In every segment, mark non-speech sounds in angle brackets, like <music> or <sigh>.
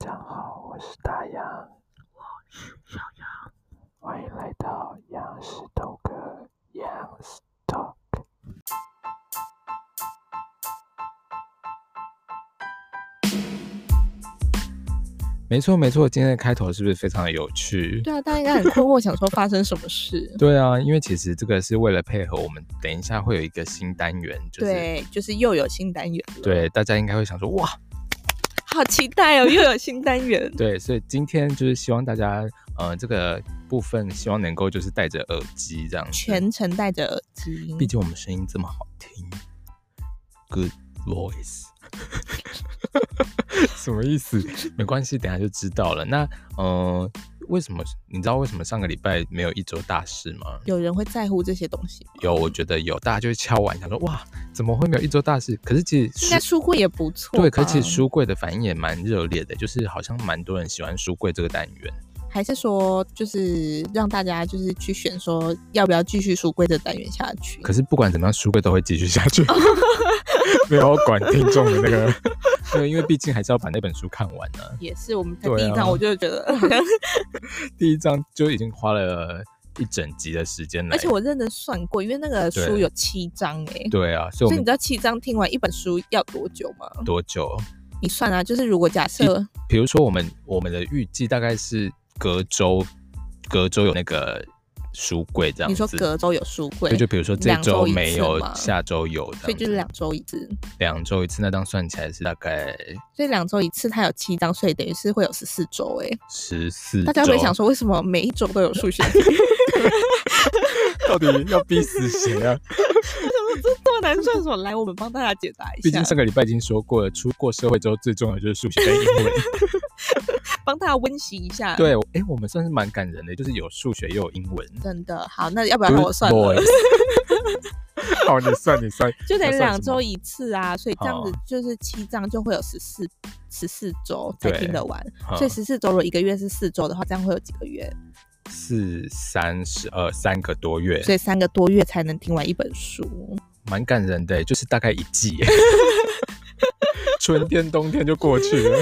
上好，我是大杨，我是小杨，欢迎来到杨石头哥杨石头。没错没错，今天的开头是不是非常的有趣？？对啊，大家应该很困惑，想说发生什么事对啊，因为其实这个是为了配合我们等一下会有一个新单元， <laughs> 就是对，就是又有新单元了，对大家应该会想说哇，。好期待哦，又有新单元 <laughs> 对，所以今天就是希望大家呃这个部分希望能够就是戴着耳机这样子，全程戴着耳机，毕竟我们声音这么好听，Good voice，什么意思？没关系，等一下就知道了。那呃，为什么你知道为什么上个礼拜没有一周大事吗？有人会在乎这些东西吗。有，我觉得有，大家就会敲碗，想说哇，怎么会没有一周大事？可是其实应该书书柜也不错吧，对，可是其实书柜的反应也蛮热烈的，就是好像蛮多人喜欢书柜这个单元。还是说，就是让大家就是去选说要不要继续书柜的单元下去。可是不管怎么样，书柜都会继续下 <laughs> 去，没有管听众的那个，对，因为毕竟还是要把那本书看完呢、也是我们在对第啊一章，我就 <laughs> 觉得，第一章就已经花了一整集的时间来， <laughs> 而且我认真算过，因为那个书对有七章哎、对啊，所以所我以你们知道七章听完一本书要多久吗？多久？哦你算啊，就是如果假设比如说我们我们的预计大概是隔周，隔周有那个书柜这样你子，说隔周有书柜对，，就比如说这两周周一次没有，嘛下周有这样子，所以就是两周一次，两周一次，那这样算起来是大概所以两周一次，它有七张，所以等于是会有十四周哎。十四。大家会想，说，为什么每一周都有 <laughs> 数学题？到底要逼死谁啊？这么难算什么？来，我们帮大家解答一 <laughs> 毕下竟， <laughs> 上个礼拜已经说过了，出过社会之后最重要的就是数学跟英 <laughs> 文。帮大家温习一下。，对，哎、我们算是蛮感人的，就是有数学又有英文。真的好，那要不要啊让我算了？ Good boys 好，哦你算你算，就得要算两什么周一次啊，所以这样子哦就是七张就会有十四十四周才对听得完。嗯所以十四周如果一个月是四周的话，这样会有几个月？四三十二三个多月，所以三个多月才能听完一本书。蛮感人的，欸就是大概一季。春天、冬天就过去 <laughs> 了，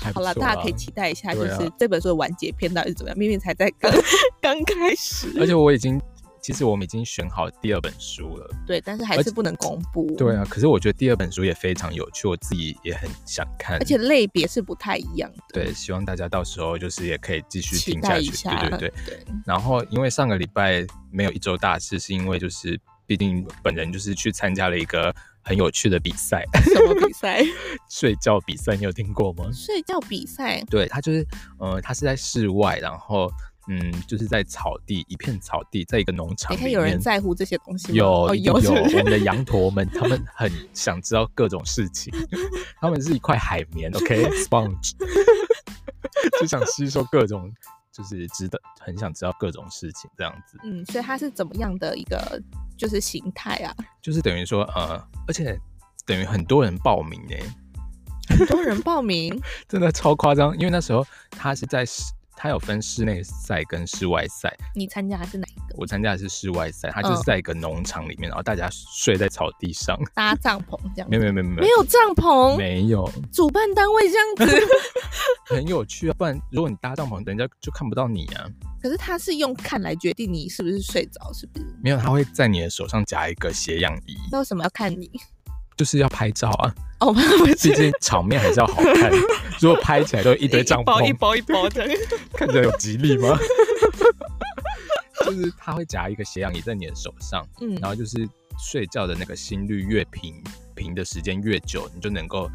还不好了，错大家可以啊期待一下，就对啊是这本书的完结篇到底是怎么样？明明才在 <laughs> 刚刚开始，而且我已经，其实我们已经选好第二本书了。对，但是而还且是不能公布。对，啊，可是我觉得第二本书也非常有趣，我自己也很想看。而且类别是不太一样的。对，希望大家到时候就是也可以继续期听待下一去。下，对对对。 <laughs> 然后因为上个礼拜没有一周大事，是因为就是毕竟本人就是去参加了一个很有趣的比赛， <laughs> 什么比赛？睡觉比赛，你有听过吗？睡觉比赛，对，它就是，呃，它是在室外，然后，嗯，就是在草地，一片草地，在一个农场你里看面。有人在乎这些东西吗？有、哦、一定有，有是不我是们的羊驼们，他们很想知道各种事 <laughs> 情，他们是一块海绵，OK，sponge，、就想吸收各种，就是知道很想知道各种事情，这样子，嗯，所以它是怎么样的一个就是形态 <laughs> 啊？就是等于说，呃，而且等于很多人报名呢、很多人报名，真的超夸张，因为那时候他是在室，他有分室内赛跟室外赛，你参加的是哪一个？我参加的是室外赛，它就是嗯在一个农场里面，然后大家睡在草地上，搭帐篷这样没子？有没有没有没没有帐有篷，没有，主办单位这样子。 <laughs> 很有趣啊！不然如果你搭帐篷，人家就看不到你啊。可是它是用看来决定你是不是睡着，是不是？没有，他会在你的手上夹一个斜阳仪，那为什么要看你？就是要拍照啊。哦，不毕竟场面还是要好看。如果拍起来都一堆帐包一篷，包一 <laughs> 包这样。看起来有吉利吗？ <laughs> 就是他会夹一个斜阳仪在你的手上，嗯，然后就是睡觉的那个心率越平平的时间越久，你就能够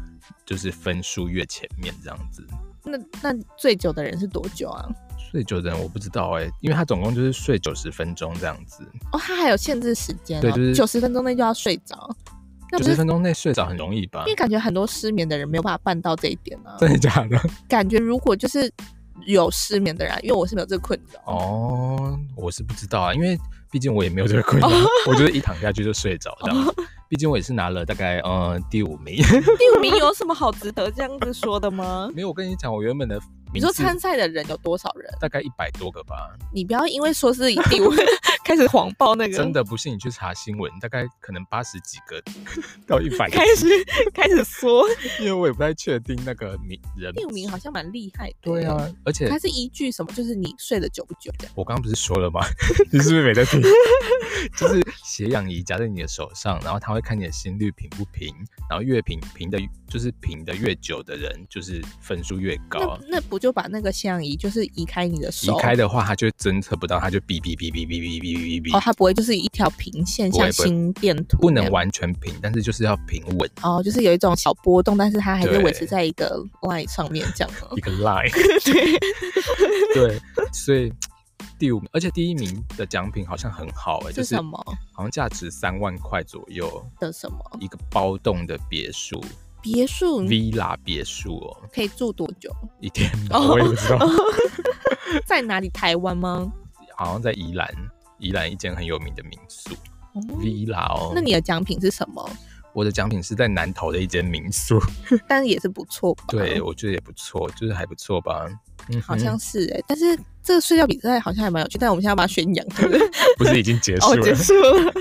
就是分数越前面这样子。那那最久的人是多久啊？睡久的人我不知道哎、因为他总共就是睡九十分钟这样子，哦，它还有限制时间、哦，对就是九十分钟内就要睡着。那九不十是分钟内睡着很容易吧因为？感觉很多失眠的人没有办法办到这一点啊。真的假的？ <laughs> 感觉如果就是有失眠的人啊，因为我是没有这个困扰。哦，我是不知道啊，因为毕竟我也没有这个困哦扰，我就是一躺下去就睡着这样子。毕竟我也是拿了大概呃第五名， <laughs> 第五名有什么好值得这样子说的吗？没有我跟你讲，我原本的你名说字参赛的人有多少人？大概一百多个吧，你不要因为说是 <laughs> 第五开始谎报那个，真的不信你去查新闻，大概可能八十几 <laughs> 个到一百个开，始开始说 <laughs> 因为我也不太确定那个名人第五名好像蛮厉害的。欸对啊，，而且它是依据什么？就是你睡得久不久这样。我刚刚不是说了吗？ <laughs> 你是不是没在 <laughs> 听？就是血氧仪夹在你的手上，然后它会看你的心率平不平，然后越平平的，就是平的越久的人，就是分数越高。啊那那不就把那个像仪就是移开你的移手，开的话，它就侦测不到，它就哔哔哔哔哔哔哔哔哔哦，哔，它不会就是一条平线，不会像不会心电图不那能样完全平，但是就是要平稳。哦，就是有一种小波动，但是它还是对维持在一个 line 上面这样 <laughs> 哦。一个 line， <laughs> 对，对，所以第五名，而且第一名的奖品好像很好哎、就是是什么哦好像价值三万块左右，的什么一个包栋的别墅别墅？你，villa 别墅哦，可以住多 <laughs> 久？一 <laughs> 天吧，哦我也不知道，在哪里？台湾吗？ <laughs> 好像在宜兰，宜兰一间很有名的民宿哦 villa 哦。那你的奖品是什 <laughs> 么？我的奖品是在南投的一间民宿，哦但也是不错吧？ <laughs> 对，嗯我觉得也不错，就是还不错吧。嗯哼，好像是哎、但是这个睡觉比赛好像还蛮有趣，但我们现在要把它宣扬，对不对？不是已经结束哦，了结？ <laughs> 束 <laughs> 了。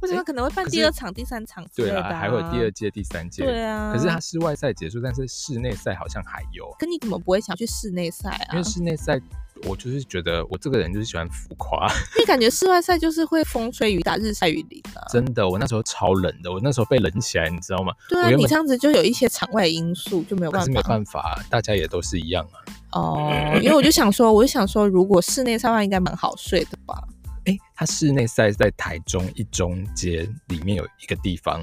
我想到可能会办可第是二场、第三场之类对的、啊，还会有第二。届、第三届。对啊，可是它室外赛结束，但是室内赛好像还有。跟你怎么不会想去室内赛因啊？因为为室内赛，我就是觉得我这个人就是喜欢浮夸， <laughs> 感觉室外赛就是会风吹雨打、日晒雨淋啊。真的。我那时候超冷的，我那时候被冷起来，你知道吗？对我啊，原你本这样子就有一些场外因素就没有可办是没法办法，大家也都是一样啊。哦。因为我就想说，我就想说，如果室内赛的话，应该蛮好睡的吧？诶，它室内赛在台中一中街里面有一个地方，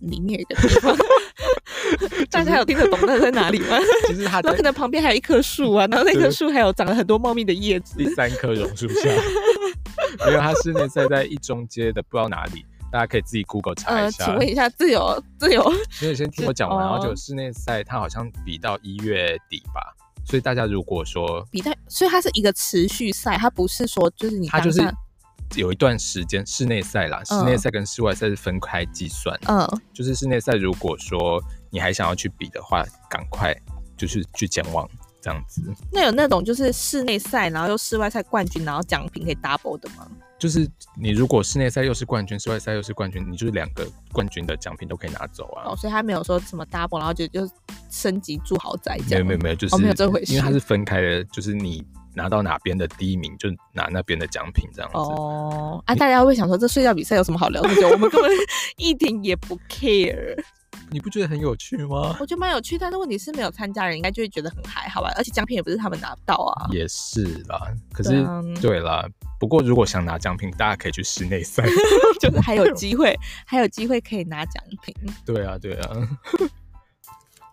里面有一个地 <laughs> 方，大家有听得懂那在哪里吗？ <laughs> 就是它然后在可能旁边还有一棵树啊，然后那棵对树还有长了很多茂密的叶子。第三棵榕树下。没有，它室内赛在一中街的不知道哪里，大家可以自己 Google 查呃，一下。请问一下，自由自由因为先听我讲完，哦然后就室内赛，它好像比到一月底吧。所以大家如果说比赛，所以它是一个持续赛，它不是说就是你它就是当下有一段时间室内赛啦，室内赛跟室外赛是分开计算。嗯就是室内赛，如果说你还想要去比的话，赶快就是去前往这样子。那有那种就是室内赛，然后又室外赛冠军，然后奖品可以 double 的吗？就是你如果室内赛又是冠军，室外赛又是冠军，你就是两个冠军的奖品都可以拿走啊。哦，所以他没有说什么 double，然后就就升级住豪宅这没有样。没有没有，就是、哦没有这回事因为它是分开的，就是你拿到哪边的第一名就拿那边的奖品这样子。哦啊，大家会想说这睡觉比赛有什么好聊很久？我们根本 <laughs> 一点也不 care，你不觉得很有趣吗？ <laughs> 我觉得蛮有趣，但是问题是没有参加的人应该就会觉得很还好吧，而且奖品也不是他们拿不到啊。 <laughs> 也是啦，可对是啊对啦，不过如果想拿奖品，大家可以去室内 <laughs> 赛。就是还有机会，还有机会可以拿奖品。对啊，对啊。 <laughs>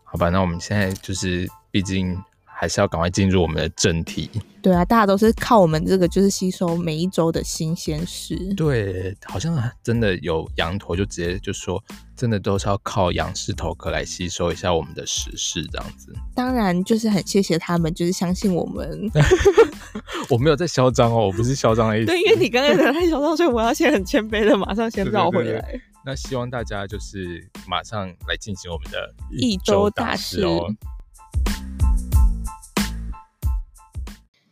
好吧，那我们现在就是，毕竟还是要赶快进入我们的正题。对啊，大家都是靠我们这个，就是吸收每一周的新鲜事。 <laughs> 对，好像真的有羊驼就直接就说，真的都是要靠仰视头壳来吸收一下我们的时事这样子。当然，就是很谢谢他们，就是相信我 <laughs> 们。我没有在嚣张哦，我不是嚣张的意思。对，因为你刚才讲太嚣张，所以我要先很谦卑的，马上先绕回来。对那希望大家就是马上来进行我们的一周大事哦。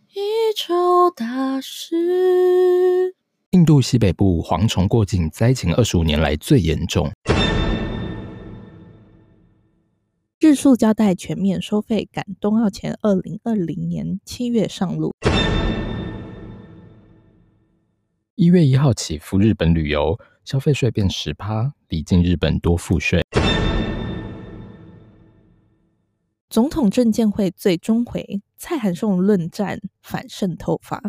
一周大事，印度西北部蝗虫过境灾情二十五年来最严重。日塑胶袋全面收费，赶冬奥前二零二零年七月上路。一月一号起赴日本旅游，消费税变十趴，离境日本多付税。总统证监会最终回，蔡函宋论战反渗透法。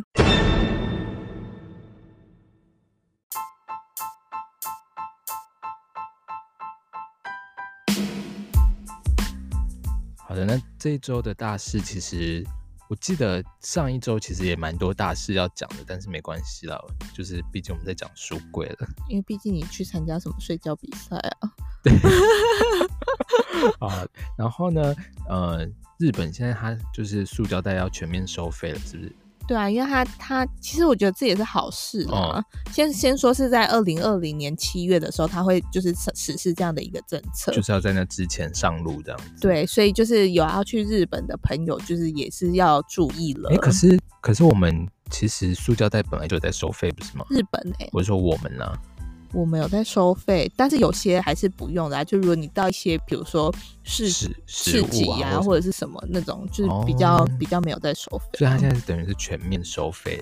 好的，那这一周的大事，其实我记得上一周其实也蛮多大事要讲的，但是没关系啦，就是毕竟我们在讲书柜了。因为毕竟你去参加什么睡觉比赛啊？啊，然后呢，呃，日本现在它就是塑胶袋要全面收费了，是不是？对啊，因为他他其实我觉得这也是好事啊。哦先先说是在二零二零年七月的时候，他会就是实实施这样的一个政策，就是要在那之前上路这样子。对，所以就是有要去日本的朋友，就是也是要注意了。哎、可是可是我们其实塑胶袋本来就有在收费，不是吗？日本哎、我是说我们啦、我们有在收费，但是有些还是不用的、啊。就如果你到一些比如说市食食市集物啊啊，或或者是什么那种，就是比哦较、比较没有在收费所以啊。它现在等于是全面收费，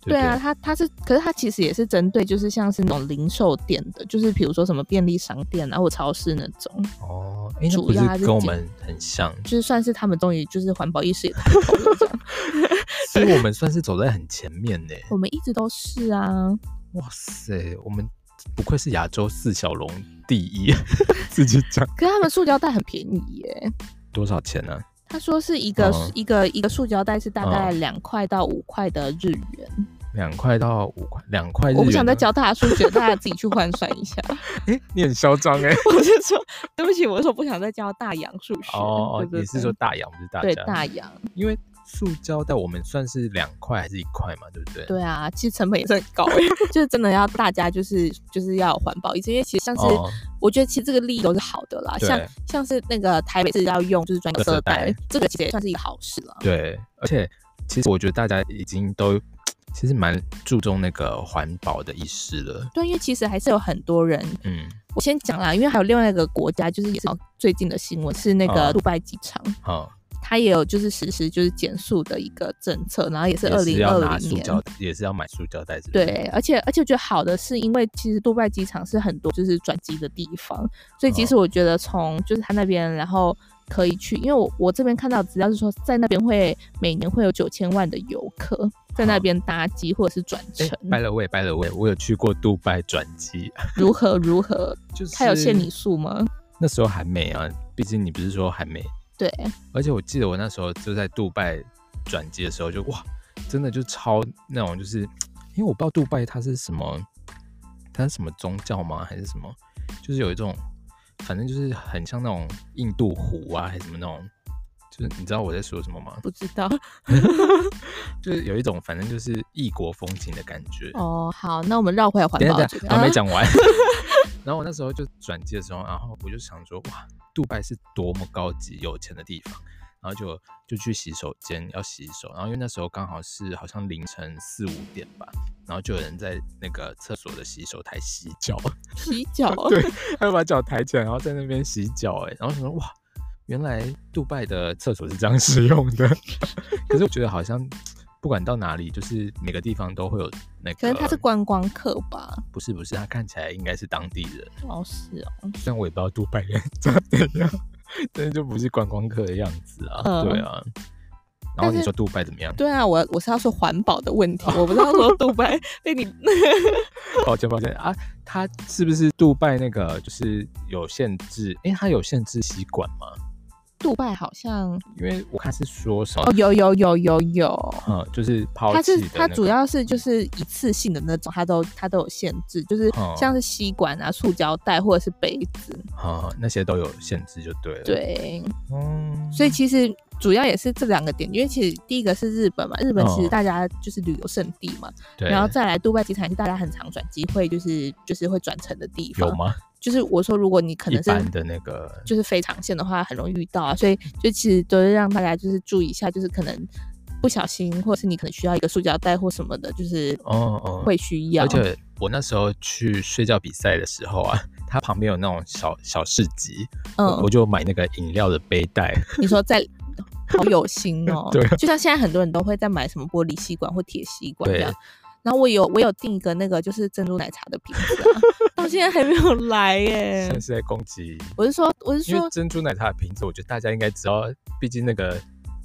对不对啊，它它是，可是它其实也是针对就是像是那种零售店的，就是比如说什么便利商店啊或超市那种，哦，哎、那主不是要还是跟我减们很像，就是算是他们终于就是环保意识 <laughs> 也抬头了这样。所以我们算是走在很前面呢。我们一直都是啊，哇塞，我们不愧是亚洲四小龙第一， <laughs> 自己讲可是他们塑胶袋很便宜耶、多少钱啊呢、他说是一个、嗯一个一个塑胶袋是大概嗯两块到五块的日元，两块到五块，两块日哦元啊。我不想再教大家数学，大家自己去换算 <laughs> 一下。哎、你很嚣张哎。我是说，对不起，我是说不想再教大洋数学。哦，对对你是对说大洋不是大对家？大洋？因为塑胶袋我们算是两块还是一块嘛，对不对？对啊，其实成本也是很高 <laughs> 耶，就是真的要大家就是就是要环保意识，因为其实像是、哦，我觉得其实这个利益都是好的啦，对像像是那个台北市要用就是专有垃圾色袋带，这个其实也算是一个好事了。对，而且其实我觉得大家已经都其实蛮注重那个环保的意识了。对，因为其实还是有很多人嗯，我先讲啦，因为还有另外一个国家，就是也是最近的新闻是那个嗯杜拜机场，好、它也有就是实施就是减速的一个政策，然后也是也二是零要拿二塑零胶年。，也是要买塑胶袋，是哎不是？对，而且而且我觉得好的是，因为其实杜拜机场是很多就是转机的地方，所以啊其实我觉得从就是它那边，然后可以去，因为我我这边看到的资料是说，在那边会每年会有九千万的游客在啊那边搭机或者是转乘哎，，by the way，by the way，我有去过杜拜转机， <laughs> 如何如何，就是它有限你数吗？那时候还没啊，毕竟你不是说还没，对，而且我记得我那时候就在杜拜转机的时候就，哇，真的就超那种，就是因为我不知道杜拜它是什么，它是什么宗教吗？还是什么？就是有一种，反正就是很像那种印度湖啊，还是什么那种，就是你知道我在说什么吗？不知 <laughs> 道。就是有一种反正就是异国风情的感觉。哦，好，那我们绕回来环等一保下，主等题一下，还没啊讲 <laughs> 完。然后我那时候就转机的时候，然后我就想说，哇，杜拜是多么高级有钱的地方。然后就就去洗手间要洗手，然后因为那时候刚好是好像凌晨四五点吧，然后就有人在那个厕所的洗手台洗脚， <laughs> 洗脚对，他就把脚抬起来，然后在那边洗脚，哎，然后想说哇，原来杜拜的厕所是这样使用的。 <laughs> 可是我觉得好像不管到哪里，就是每个地方都会有那个，可能他是观光客吧？不是不是，他看起来应该是当地人，哦，是哦，虽然我也不知道杜拜人长怎样， <laughs> 但是就不是观光客的样子啊，嗯对啊。然但后是你说杜拜怎么样？对啊，我我是要说环保的问题，我不是要说杜 <laughs> 拜被你抱歉抱歉啊，他是不是杜拜那个就是有限制？诶，他有限制吸管吗？杜拜好像因为我看是说什么哦，，有有有有有。嗯，就是抛它弃是的、那它个主要是就是一次性的那种，它都它都有限制，就是哦像是吸管啊、塑胶袋或者是杯子，啊、那些都有限制就对了。，对，嗯，所以其实主要也是这两个点，因为其实第一个是日本嘛，日本其哦实大家就是旅游胜地嘛，对，然后再来，杜拜机场也是大家很常转机会，就是就是会转乘的地方。有？吗？就是我说，如果你可一能是般的那个就是非常线的话，很容易遇到啊。所以就其实都是让大家就是注意一下，就是可能不小心，或者是你可能需要一个塑胶袋或什么的，就是哦哦会需要。而且我那时候去睡觉比赛的时候啊，它旁边有那种小小市集，我我嗯，就买那个饮料的杯带，，你说在。好有心哦 <laughs> 对啊就像现在很多人都会在买什么玻璃吸管或铁吸管这对样。然后我有我有订一个那个就是珍珠奶茶的瓶子、啊，到现在还没有来耶现 <laughs> 在。是在攻击。我是说我是因为说珍珠奶茶的瓶子，我觉得大家应该知道，毕竟那个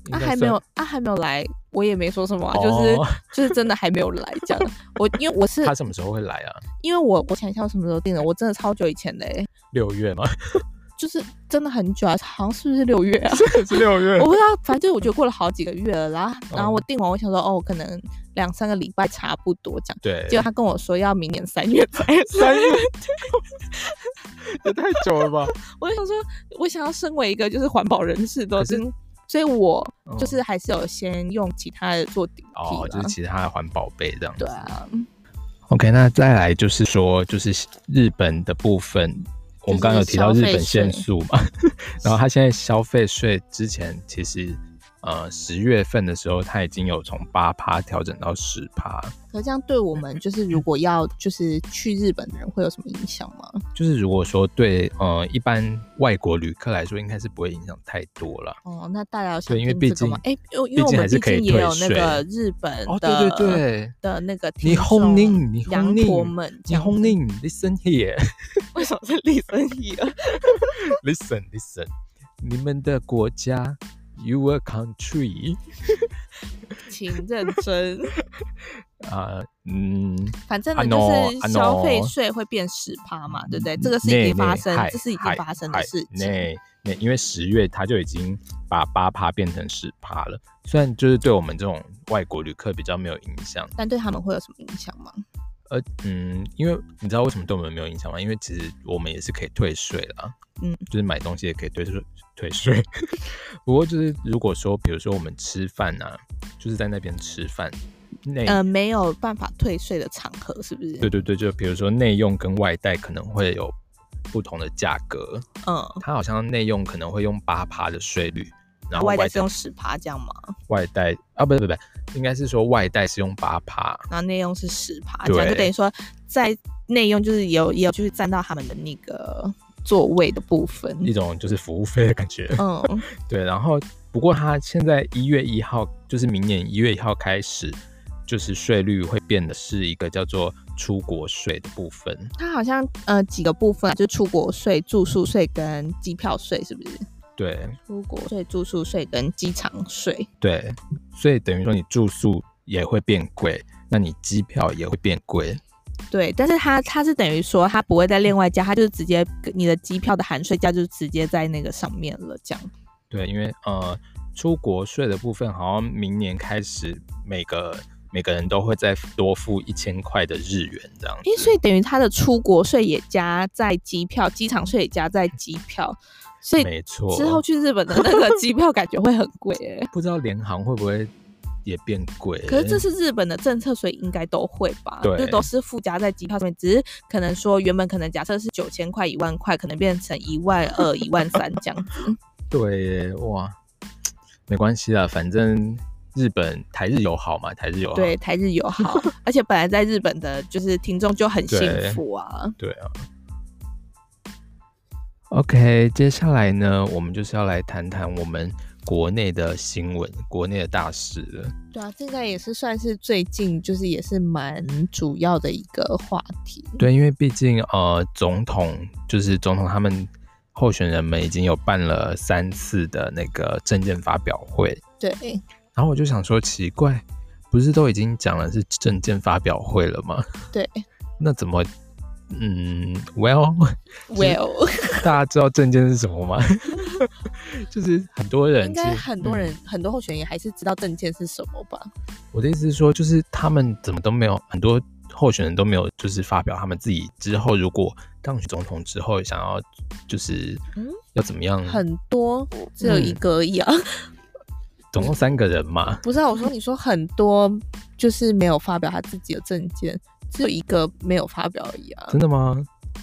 应啊，该还没算有啊，还没有来，我也没说什么啊、就是、 <laughs> 哦就是真的还没有来 <laughs> 这样。我因为我是他什么时候会来啊？因为我我想一下我什么时候订的，我真的超久以前的、欸，六月吗？就是真的很久啊，好像是不是六月啊？ <laughs> 是六月我不知道，反正就是我觉得过了好几个月了，然后然后我哦订完，我想说哦，可能两三个礼拜差不多这样。对，结果他跟我说要明年三月 <laughs> 才三月也太久了吧？我就想说，我想要身为一个就是环保人士，都可是经所以我嗯就是还是有先用其他的做顶替啦、哦，就是其他的环保杯这样子。对啊， OK，那再来就是说，就是日本的部分，我们刚刚有提到日本限速嘛， <laughs> 然后它现在消费税之前其实呃十月份的时候，它已经有从八趴调整到十趴，可这样对 <laughs> 我们就是如果要就是去日本的人会有什么影响吗？就是如果说对呃一般外国旅客来说，应该是不会影响太多了。哦，那大家有想对因为听毕这个吗？哎，因为因为毕我竟们还是毕可以竟也退有那税个日本哦，对的对对。的那个你听轰众宁你轰羊宁驼们这你样子，轰宁，listen <laughs> here，listen 为什么是李森怡啊？ listen，你们的国家，your country， <laughs> 请认 <laughs> 真。啊、嗯，反正呢，啊，no，就啊是消费，no 税会变十趴嘛，对不对？嗯这个是内已经发内生嗨，这是已嗨经发生的嗨事情。内内，因为十月它就已经把八趴变成十趴了，虽然就是对我们这种外国旅客比较没有影响，但对他们会有什么影响吗？呃，嗯，因为你知道为什么对我们没有影响吗？因为其实我们也是可以退税啦，嗯，就是买东西也可以退税退税。 <laughs> 不过就是如果说，比如说我们吃饭啊，就是在那边吃饭，内、呃，没有办法退税的场合，是不是？对对对，就比如说内用跟外带可能会有不同的价格，嗯，它好像内用可能会用八趴的税率，然后外外带带是用十趴这样吗？外带啊，不是不是不是，应该是说外带是用八趴，然后内用是十趴，这样就对等于说在内用就是有也有就是占到他们的那个座位的部分。一种就是服务费的感觉。嗯，对，然后不过它现在一月一号，就是明年一月一号开始，就是税率会变得是一个叫做出国税的部分。它好像呃几个部分，就是出国税、住宿税跟机票税，是不是？对出国税、住宿税跟机场税。对，所以等于说你住宿也会变贵，那你机票也会变贵。对，但是它它是等于说它不会再另外加，它就是直接你的机票的含税价就直接在那个上面了，这样。对，因为呃，出国税的部分好像明年开始每个。每个人都会再多付一千块的日元这样子，诶，所以等于它的出国税也加在机票，机场税也加在机票，所以没错。哦之后去日本的那个机票感觉会很贵诶。 <laughs> 不知道联航会不会也变贵？可是这是日本的政策，所以应该都会吧？对就都是附加在机票上面，只是可能说原本可能假设是九千块、一万块，可能变成一万二、一万三 <laughs> 这样子。对耶，哇，没关系啦，反正日本台日友好嘛，台日友好。对，台日 <laughs> 友好，而且本来在日本的就是听众就很幸福啊。对啊。OK，接下来呢，我们就是要来谈谈我们国内的新闻、国内的大事了。对啊，这个也是算是最近就是也是蛮主要的一个话题。对，因为毕竟呃，总统就是总统他们候选人们已经有办了三次的那个政见发表会，对，然后我就想说，奇怪，不是都已经讲了是证件发表会了吗？ <laughs> 对，那怎么，嗯，Well， <laughs> ，Well，大家知道证件是什么吗？ <laughs> 就是很多人， <laughs> 应其该实很多、嗯人、很多候选人也还是知道证件是什么吧？我的意思是说，就是他们怎么都没有，很多候选人都没有，就是发表他们自己之后如果当选总统之后想要，就是嗯要怎么样？很多只有一个而已啊。总共三个人嘛，不是啊，我说你说很多就是没有发表他自己的证件，只有一个没有发表而已啊。真的吗？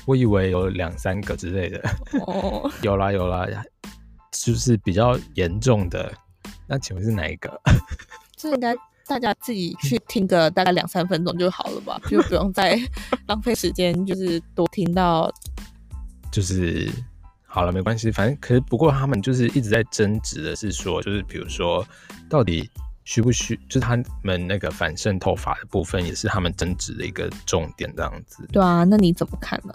我以为有两三个之类的。哦，有啦有啦，就是比较严重的。那请问是哪一个？ <laughs> 这应该大家自己去听个大概两三分钟就好了吧，就不用 <laughs> 再浪费时间，就是多听到。就是好了，没关系，反正可是不过他们就是一直在争执的是说，就是比如说到底需不需，就是他们那个反渗透法的部分也是他们争执的一个重点，这样子。对啊，那你怎么看呢？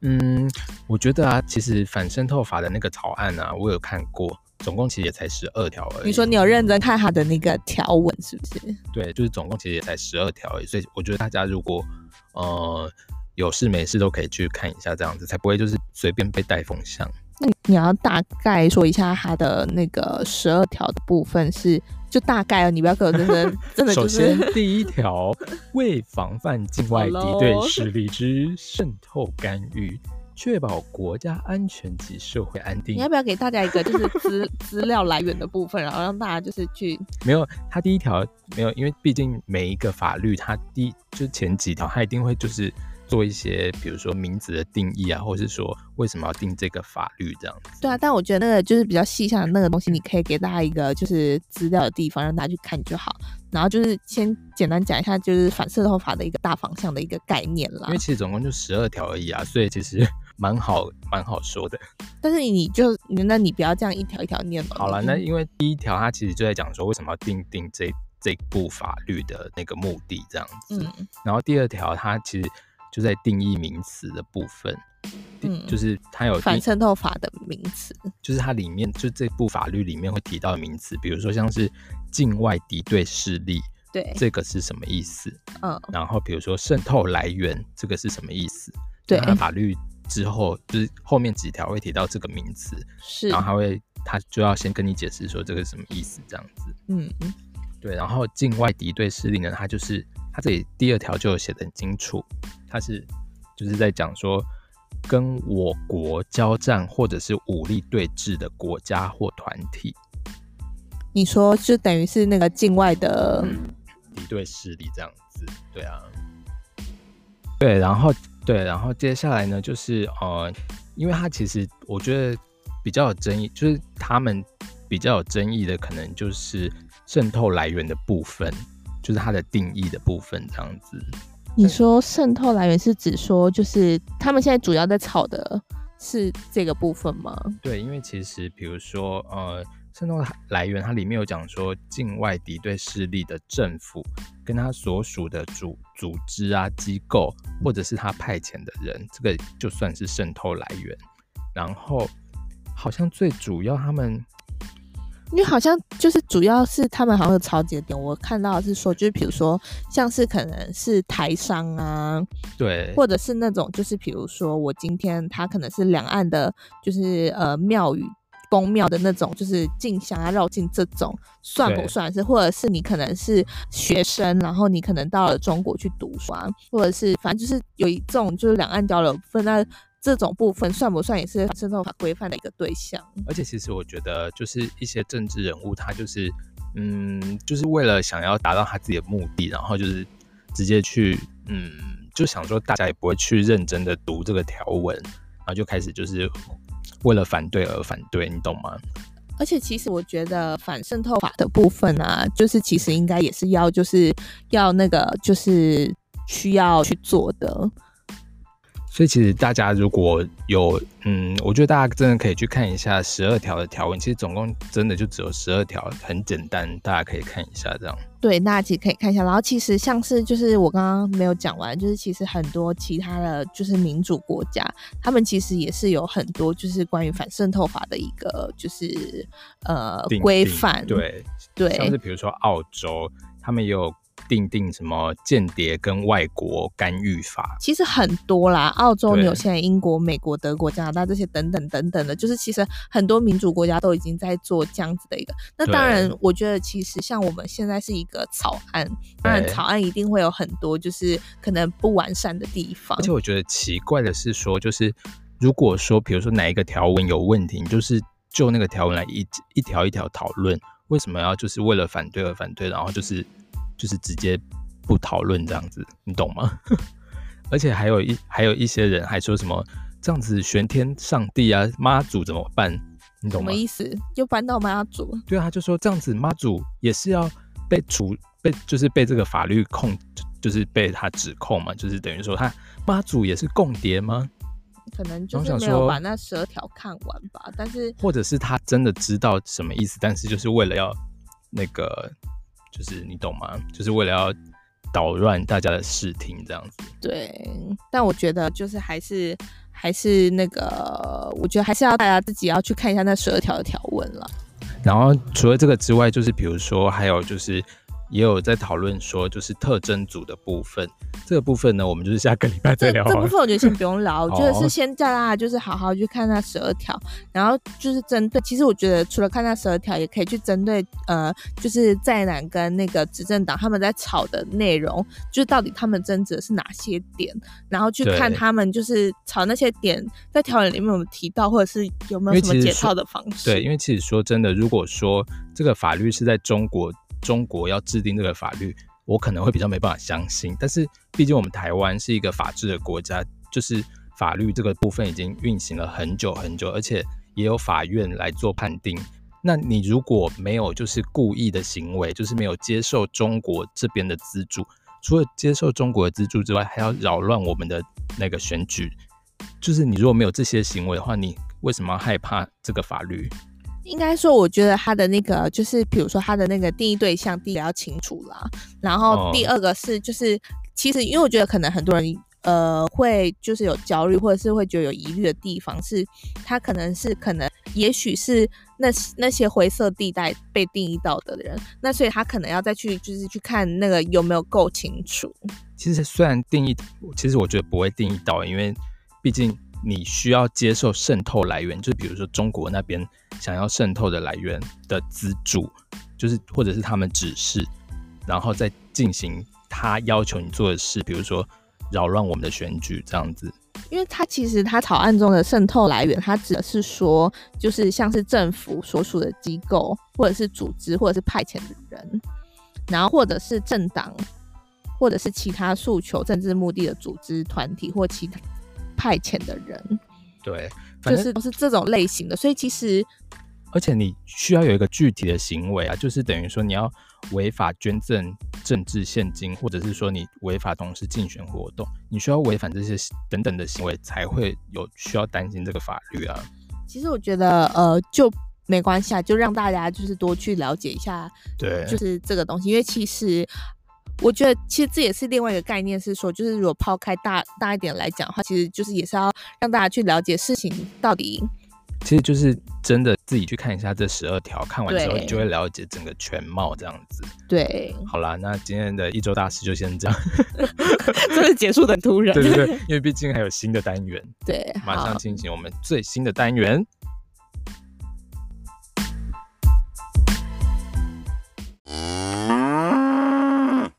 嗯，我觉得啊，其实反渗透法的那个草案啊，我有看过，总共其实也才十二条而已。你说你有认真看他的那个条文是不是？对，就是总共其实也才十二条而已，所以我觉得大家如果呃有事没事都可以去看一下，这样子才不会就是随便被带风向。那你你要大概说一下他的那个十二条的部分是，就大概哦，你不要给我真 <laughs> 的真的首就先是，第一条，为防范境外敌对势力之渗透干预，确保国家安全及社会安定你要。不要给大家一个就是 <laughs> 资资料来源的部分，然后让大家就是去没有，它第一条没有，因为毕竟每一个法律，它第就前几条，它一定会就是做一些，比如说名字的定义啊，或者是说为什么要定这个法律这样子。对啊，但我觉得那个就是比较细项的那个东西，你可以给大家一个就是资料的地方，让大家去看就好。然后就是先简单讲一下，就是反渗透法的一个大方向的一个概念啦因为。其实总共就十二条而已啊，所以其实 <laughs> 蛮好蛮好说的。但是你就那你不要这样一条一条念哦了。好了，你那因为第一条它其实就在讲说为什么要定定这这部法律的那个目的这样子。嗯然后第二条它其实就在定义名词的部分，第嗯就是它有反定渗透法的名词，就是它里面就这部法律里面会提到的名词，比如说像是境外敌对势力，对，这个是什么意思？嗯，然后比如说渗透来源，这个是什么意思？对啊就它法律之后就是后面几条会提到这个名词，是然，后它会它就要先跟你解释说这个是什么意思，这样子。嗯，对，然后境外敌对势力呢，它就是它这里第二条就有写的很清楚，它是就是在讲说跟我国交战或者是武力对峙的国家或团体你说就等于是那个境外的，敌对势力这样子，对啊，对，然后对，然后接下来呢，就是呃，因为它其实我觉得比较有争议，就是他们比较有争议的，可能就是渗透来源的部分，就是它的定义的部分这样子。你说渗透来源是指说就是他们现在主要在炒的是这个部分吗？对，因为其实比如说，呃，渗透来源它里面有讲说，境外敌对势力的政府跟他所属的组组织啊、机构，或者是他派遣的人，这个就算是渗透来源。然后好像最主要他们因为好像就是主要是他们好像有炒几个点，我看到的是说，就是比如说像是可能是台商啊，对或者是那种就是比如说我今天他可能是两岸的，就是呃庙宇。宫庙的那种，就是进香啊、绕境这种，算不对算是？或者是你可能是学生，然后你可能到了中国去读书啊，或者是反正就是有一种就是两岸交流部分，那这种部分算不算也是渗透法规范的一个对象？而且其实我觉得，就是一些政治人物，他就是，嗯，就是为了想要达到他自己的目的，然后就是直接去，嗯，就想说大家也不会去认真的读这个条文，然后就开始就是为了反对而反对，你懂吗？而且其实我觉得反渗透法的部分啊，就是其实应该也是要就是要那个就是需要去做的。所以其实大家如果有，嗯，我觉得大家真的可以去看一下十二条的条文，其实总共真的就只有十二条，很简单，大家可以看一下这样。对，大家其实可以看一下。然后其实像是就是我刚刚没有讲完，就是其实很多其他的就是民主国家，他们其实也是有很多就是关于反渗透法的一个就是呃定规定范。对对像是比如说澳洲，他们也有定定什么间谍跟外国干预法，其实很多啦，澳洲、对纽西兰、英国、美国、德国、加拿大这些等等等等的，就是其实很多民主国家都已经在做这样子的一个。那对当然，我觉得其实像我们现在是一个草案，当然对草案一定会有很多就是可能不完善的地方而。且我觉得奇怪的是说，就是如果说比如说哪一个条文有问题，你就是就那个条文来一一条一条讨论，为什么要就是为了反对而反对，然后就是就是直接不讨论这样子，你懂吗？ <laughs> 而且还有一还有一些人还说什么这样子玄天上帝啊妈祖怎么办？你什懂吗么？意思？又搬到妈祖？对啊，他就说这样子妈祖也是要被处被就是被这个法律控，就是被他指控嘛，就是等于说他妈祖也是共谍吗？可能就我是想没有说把那十二条看完吧。但是或者是他真的知道什么意思，但是就是为了要那个，就是你懂吗？就是为了要捣乱大家的视听这样子。对，但我觉得就是还是还是那个，我觉得还是要大家自己要去看一下那十二条的条文了。然后除了这个之外，就是比如说还有就是也有在讨论说，就是特征组的部分，这个部分呢，我们就是下个礼拜 <laughs> 再这聊这好部了。分我觉得先不用聊，我觉得哦是先叫大家就是好好去看那十二条，然后就是针对，其实我觉得除了看那十二条，也可以去针对呃，就是在南跟那个执政党他们在吵的内容，就是到底他们争执的是哪些点，然后去对看他们就是吵那些点在条文里面有没有提到，或者是有没因为有什么其实解说套的方式。对，因为其实说真的，如果说这个法律是在中国，中国要制定这个法律，我可能会比较没办法相信。但是毕竟我们台湾是一个法治的国家，就是法律这个部分已经运行了很久很久，而且也有法院来做判定。那你如果没有就是故意的行为，就是没有接受中国这边的资助，除了接受中国的资助之外，还要扰乱我们的那个选举。就是你如果没有这些行为的话，你为什么要害怕这个法律？应该说，我觉得他的那个就是，比如说他的那个定义对象，第一个要清楚啦，然哦后第二个是就是，其实因为我觉得可能很多人呃会就是有焦虑，或者是会觉得有疑虑的地方是，他可能是可能也许是那那些灰色地带被定义到的人，那所以他可能要再去就是去看那个有没有够清楚。其实虽然定义，其实我觉得不会定义到，因为毕竟你需要接受渗透来源，就是比如说中国那边想要渗透的来源的资助，就是或者是他们指示，然后再进行他要求你做的事，比如说扰乱我们的选举这样子。因为它其实它草案中的渗透来源，它指的是说，就是像是政府所属的机构，或者是组织，或者是派遣的人，然后或者是政党，或者是其他诉求政治目的的组织团体或其他派遣的人，对，反就正是都是这种类型的。所以其实而且你需要有一个具体的行为啊，就是等于说你要违法捐赠政治现金，或者是说你违法从事竞选活动，你需要违反这些等等的行为，才会有需要担心这个法律啊。其实我觉得呃就没关系啊，就让大家就是多去了解一下对就是这个东西，因为其实我觉得，其实这也是另外一个概念，是说，就是如果抛开大大一点来讲的话，其实就是也是要让大家去了解事情到底其实就是真的自己去看一下这十二条，看完之后对你就会了解整个全貌这样子。 <laughs> 对，好啦，那今天的一周大事就先这样。这是结束的很突然对对对， <laughs> 因为毕竟还有新的单元，对马上好进行我们最新的单元。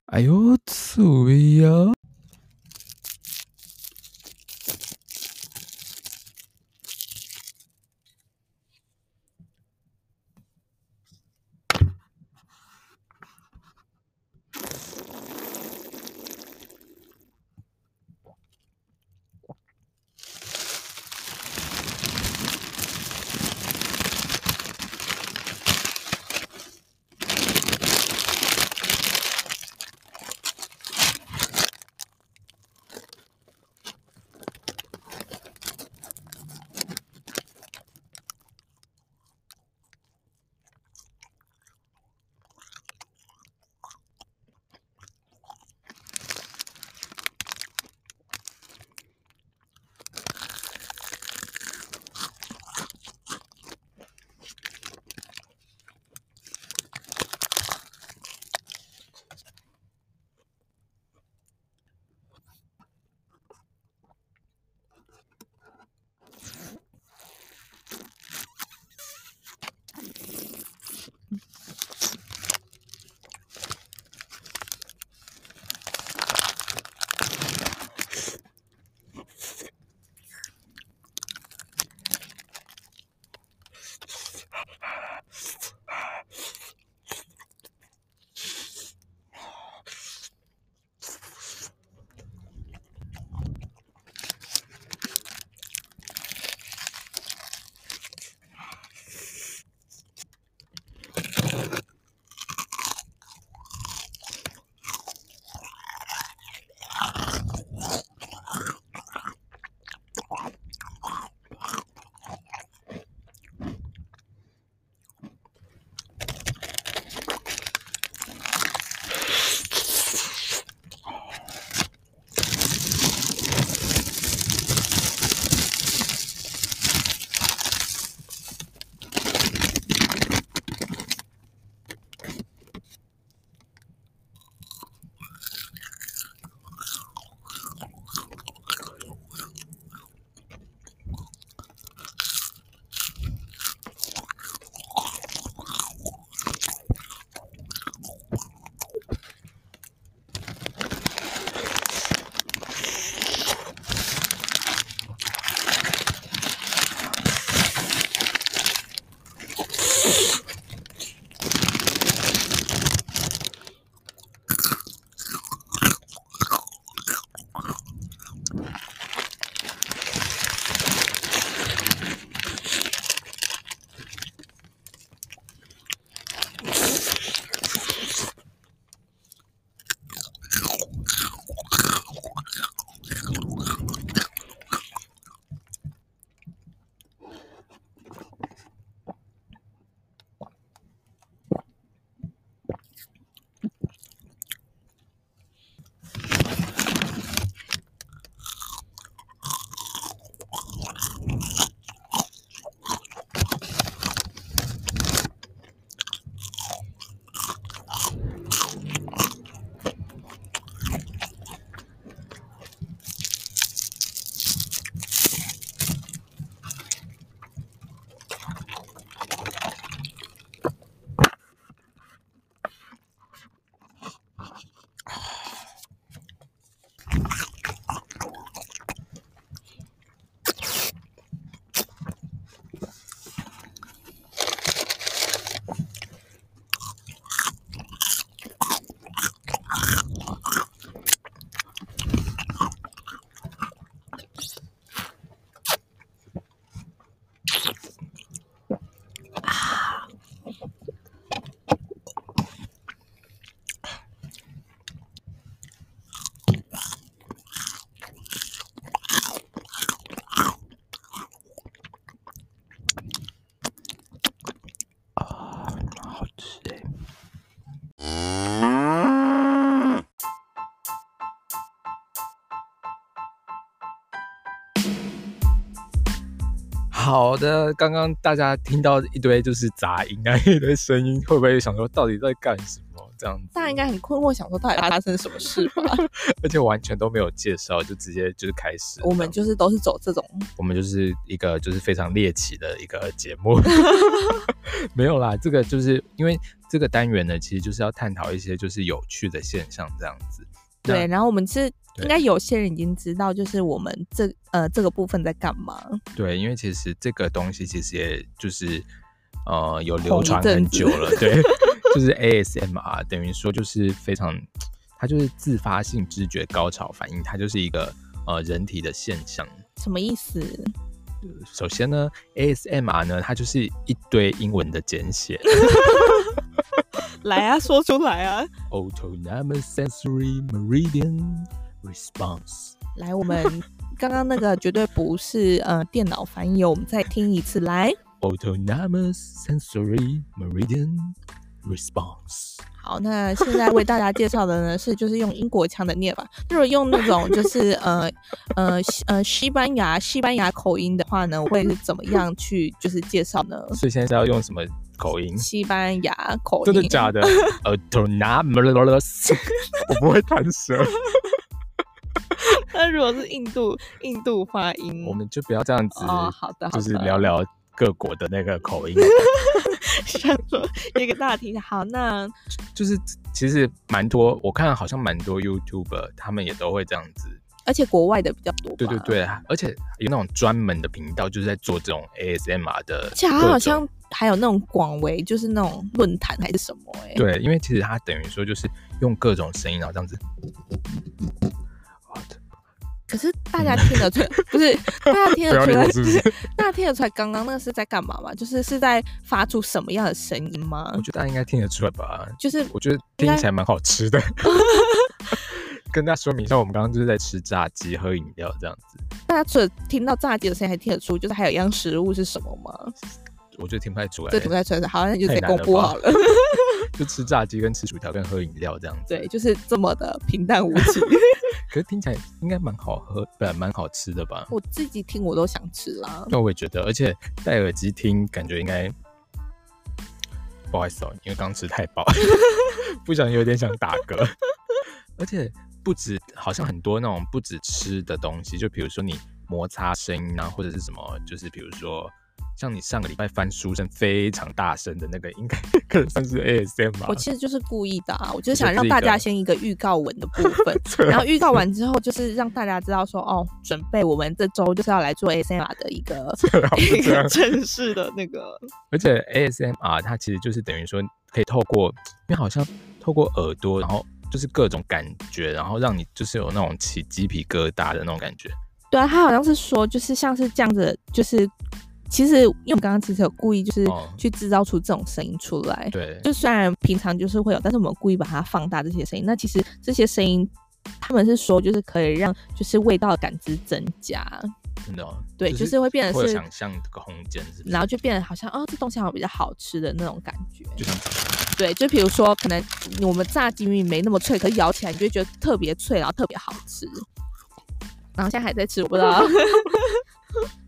哎呦，注意啊！好的，刚刚大家听到一堆就是杂音啊，一堆声音，会不会想说到底在干什么这样子？大家应该很困惑，想说到底发生什么事吧？ <laughs> 而且完全都没有介绍，就直接就是开始了。我们就是都是走这种，我们就是一个就是非常猎奇的一个节 <laughs> 目， <laughs> 没有啦，这个就是因为这个单元呢，其实就是要探讨一些就是有趣的现象这样子。那对，然后我们是对应该有些人已经知道，就是我们这呃这个部分在干嘛，对，因为其实这个东西其实也就是呃有红流一传阵很子久了， <laughs> 对，就是 ASMR 等于说就是非常，它就是自发性知觉高潮反应，它就是一个呃人体的现象。什么意思？首先呢，ASMR 呢，它就是一堆英文的简写来啊，说出来啊！ ，Autonomic Sensory Meridian Response。来，我们 <laughs> 刚刚那个绝对不是呃电脑翻译哦，我们再听一次。来， Autonomic Sensory Meridian Response。好，那现在为大家介绍的呢是就是用英国腔的念法，如果用那种就是呃呃西呃西班牙西班牙口音的话呢，我会是怎么样去就是介绍呢？所以现在是要用什么口音？西班牙口音嗯真的假 <laughs> 的？Autonomic，我 <laughs> 不会弹舌， <laughs> 那如果是印度印度发音，我们就不要这样子，哦好的好就的，是聊聊各国的那个口音。 <laughs> 想 <laughs> 说也给大家听一下。好，那就是其实蛮多，我看好像蛮多 YouTuber 他们也都会这样子。而且国外的比较多，对对。对，而且有那种专门的频道，就是在做这种 ASMR 的各种。而且他好像还有那种广为，就是那种论坛还是什么、欸，哎，对，因为其实它等于说就是用各种声音，然后这样子。可是大家听得 <laughs> 出来，不是大家听得出来，不是？ <laughs> 大家听得出来刚刚那个是在干嘛吗？就是是在发出什么样的声音吗我？觉得大家应该听得出来吧？就是我觉得听起来蛮好吃的。 <laughs> 跟大家说明一下，我们刚刚就是在吃炸鸡、喝饮料这样子，大家除了听到炸鸡的声音，还听得出就是还有一样食物是什么吗？我觉得听不太出来这。读在出来，好，那你就直接太难了公布吧好了。就吃炸鸡跟吃薯条跟喝饮料这样子。对，，就是这么的平淡无 <laughs> 奇。可是听起来应该蛮好喝，不蛮好吃的吧？我自己听我都想吃啦。那我也觉得，而且戴耳机听，感觉应该不好意思哦，因为刚吃太饱， <laughs> 不小心有点想打嗝。而且不止，好像很多那种不止吃的东西，就比如说你摩擦声音啊，或者是什么，就是比如说像你上个礼拜翻书声非常大声的那个，应该 <laughs> 可能算是 ASM 吧我。其实就是故意的啊，我就是你想就让自己啊大的家先一个预告文的部 <laughs> 分，然后预告完之后，就是让大家知道说，哦，准备我们这周就是要来做 ASMR 的一个一 <laughs> 这样个正式的 <laughs> 那个，而且 ASMR 它其实就是等于说可以透过，因为好像透过耳朵，然后就是各种感觉，然后让你就是有那种起鸡皮疙瘩的那种感觉。对啊，他好像是说，就是像是这样子，就是其实因为我们刚刚其实有故意就是哦去制造出这种声音出来，对，就虽然平常就是会有，但是我们故意把它放大这些声音。那其实这些声音，他们是说就是可以让就是味道的感知增加，真的、哦，对，就是会变得会有是想象的空间，是不是然后就变得好像哦，这东西好像比较好吃的那种感觉。就像对，就比如说可能我们炸鸡米没那么脆，可是咬起来你就会觉得特别脆，然后特别好吃。然后现在还在吃，我不知道。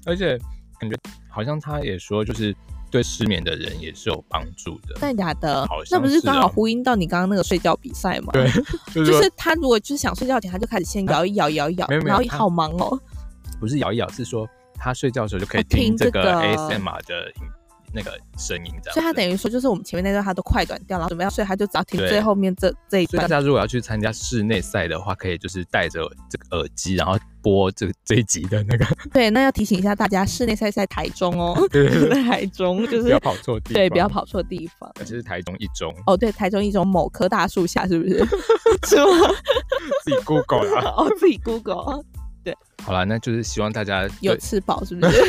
而且感觉好像他也说，就是对失眠的人也是有帮助的。真的假的好？像那不是刚好是啊呼应到你刚刚那个睡觉比赛吗？对，就就是是说他如果就是想睡觉前，他就开始先摇一摇，摇一摇，没有没然有后他好忙哦。不是摇一摇，是说他睡觉的时候就可以哦听听这这个个 ASMR 的音那个声音，这样子。所以他等于说，就是我们前面那段他都快转掉，然后准备要睡，他就只要听对最后面这这一所以大段。家如果要去参加室内赛的话，可以就是戴着这个耳机，然后播这个这一集的那个，对，那要提醒一下大家，室内赛在台中 <laughs> 哦，对对对在台中就不是要跑错地方。对，不要。跑错地方。这是台中一中，哦，对，台中一中某棵大树下，是不是？ <laughs> 是吗？自己 Google 啦。哦，自己 Google 好啦，那就是希望大家 <laughs> 有对吃饱，是不是？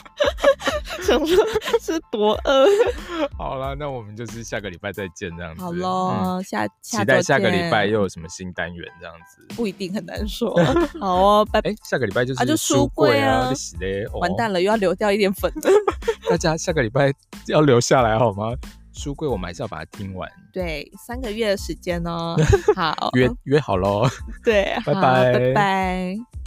<laughs> 想说是多饿。 <laughs> 好啦，那我们就是下个礼拜再见这样子。好嗯，咯，下下期待周下个礼见拜又有什么新单元这样子。不一定很难 <laughs> 说。好哦，拜拜。哎，下个礼拜就是啊就书书柜啊啊，洗嘞，哦完蛋了，又要流掉一点粉。大家下个礼拜要留下来好吗？书柜我们还是要把它听完，对，<laughs> 三个月的时间哦。好，约约好喽。对，拜好拜拜拜。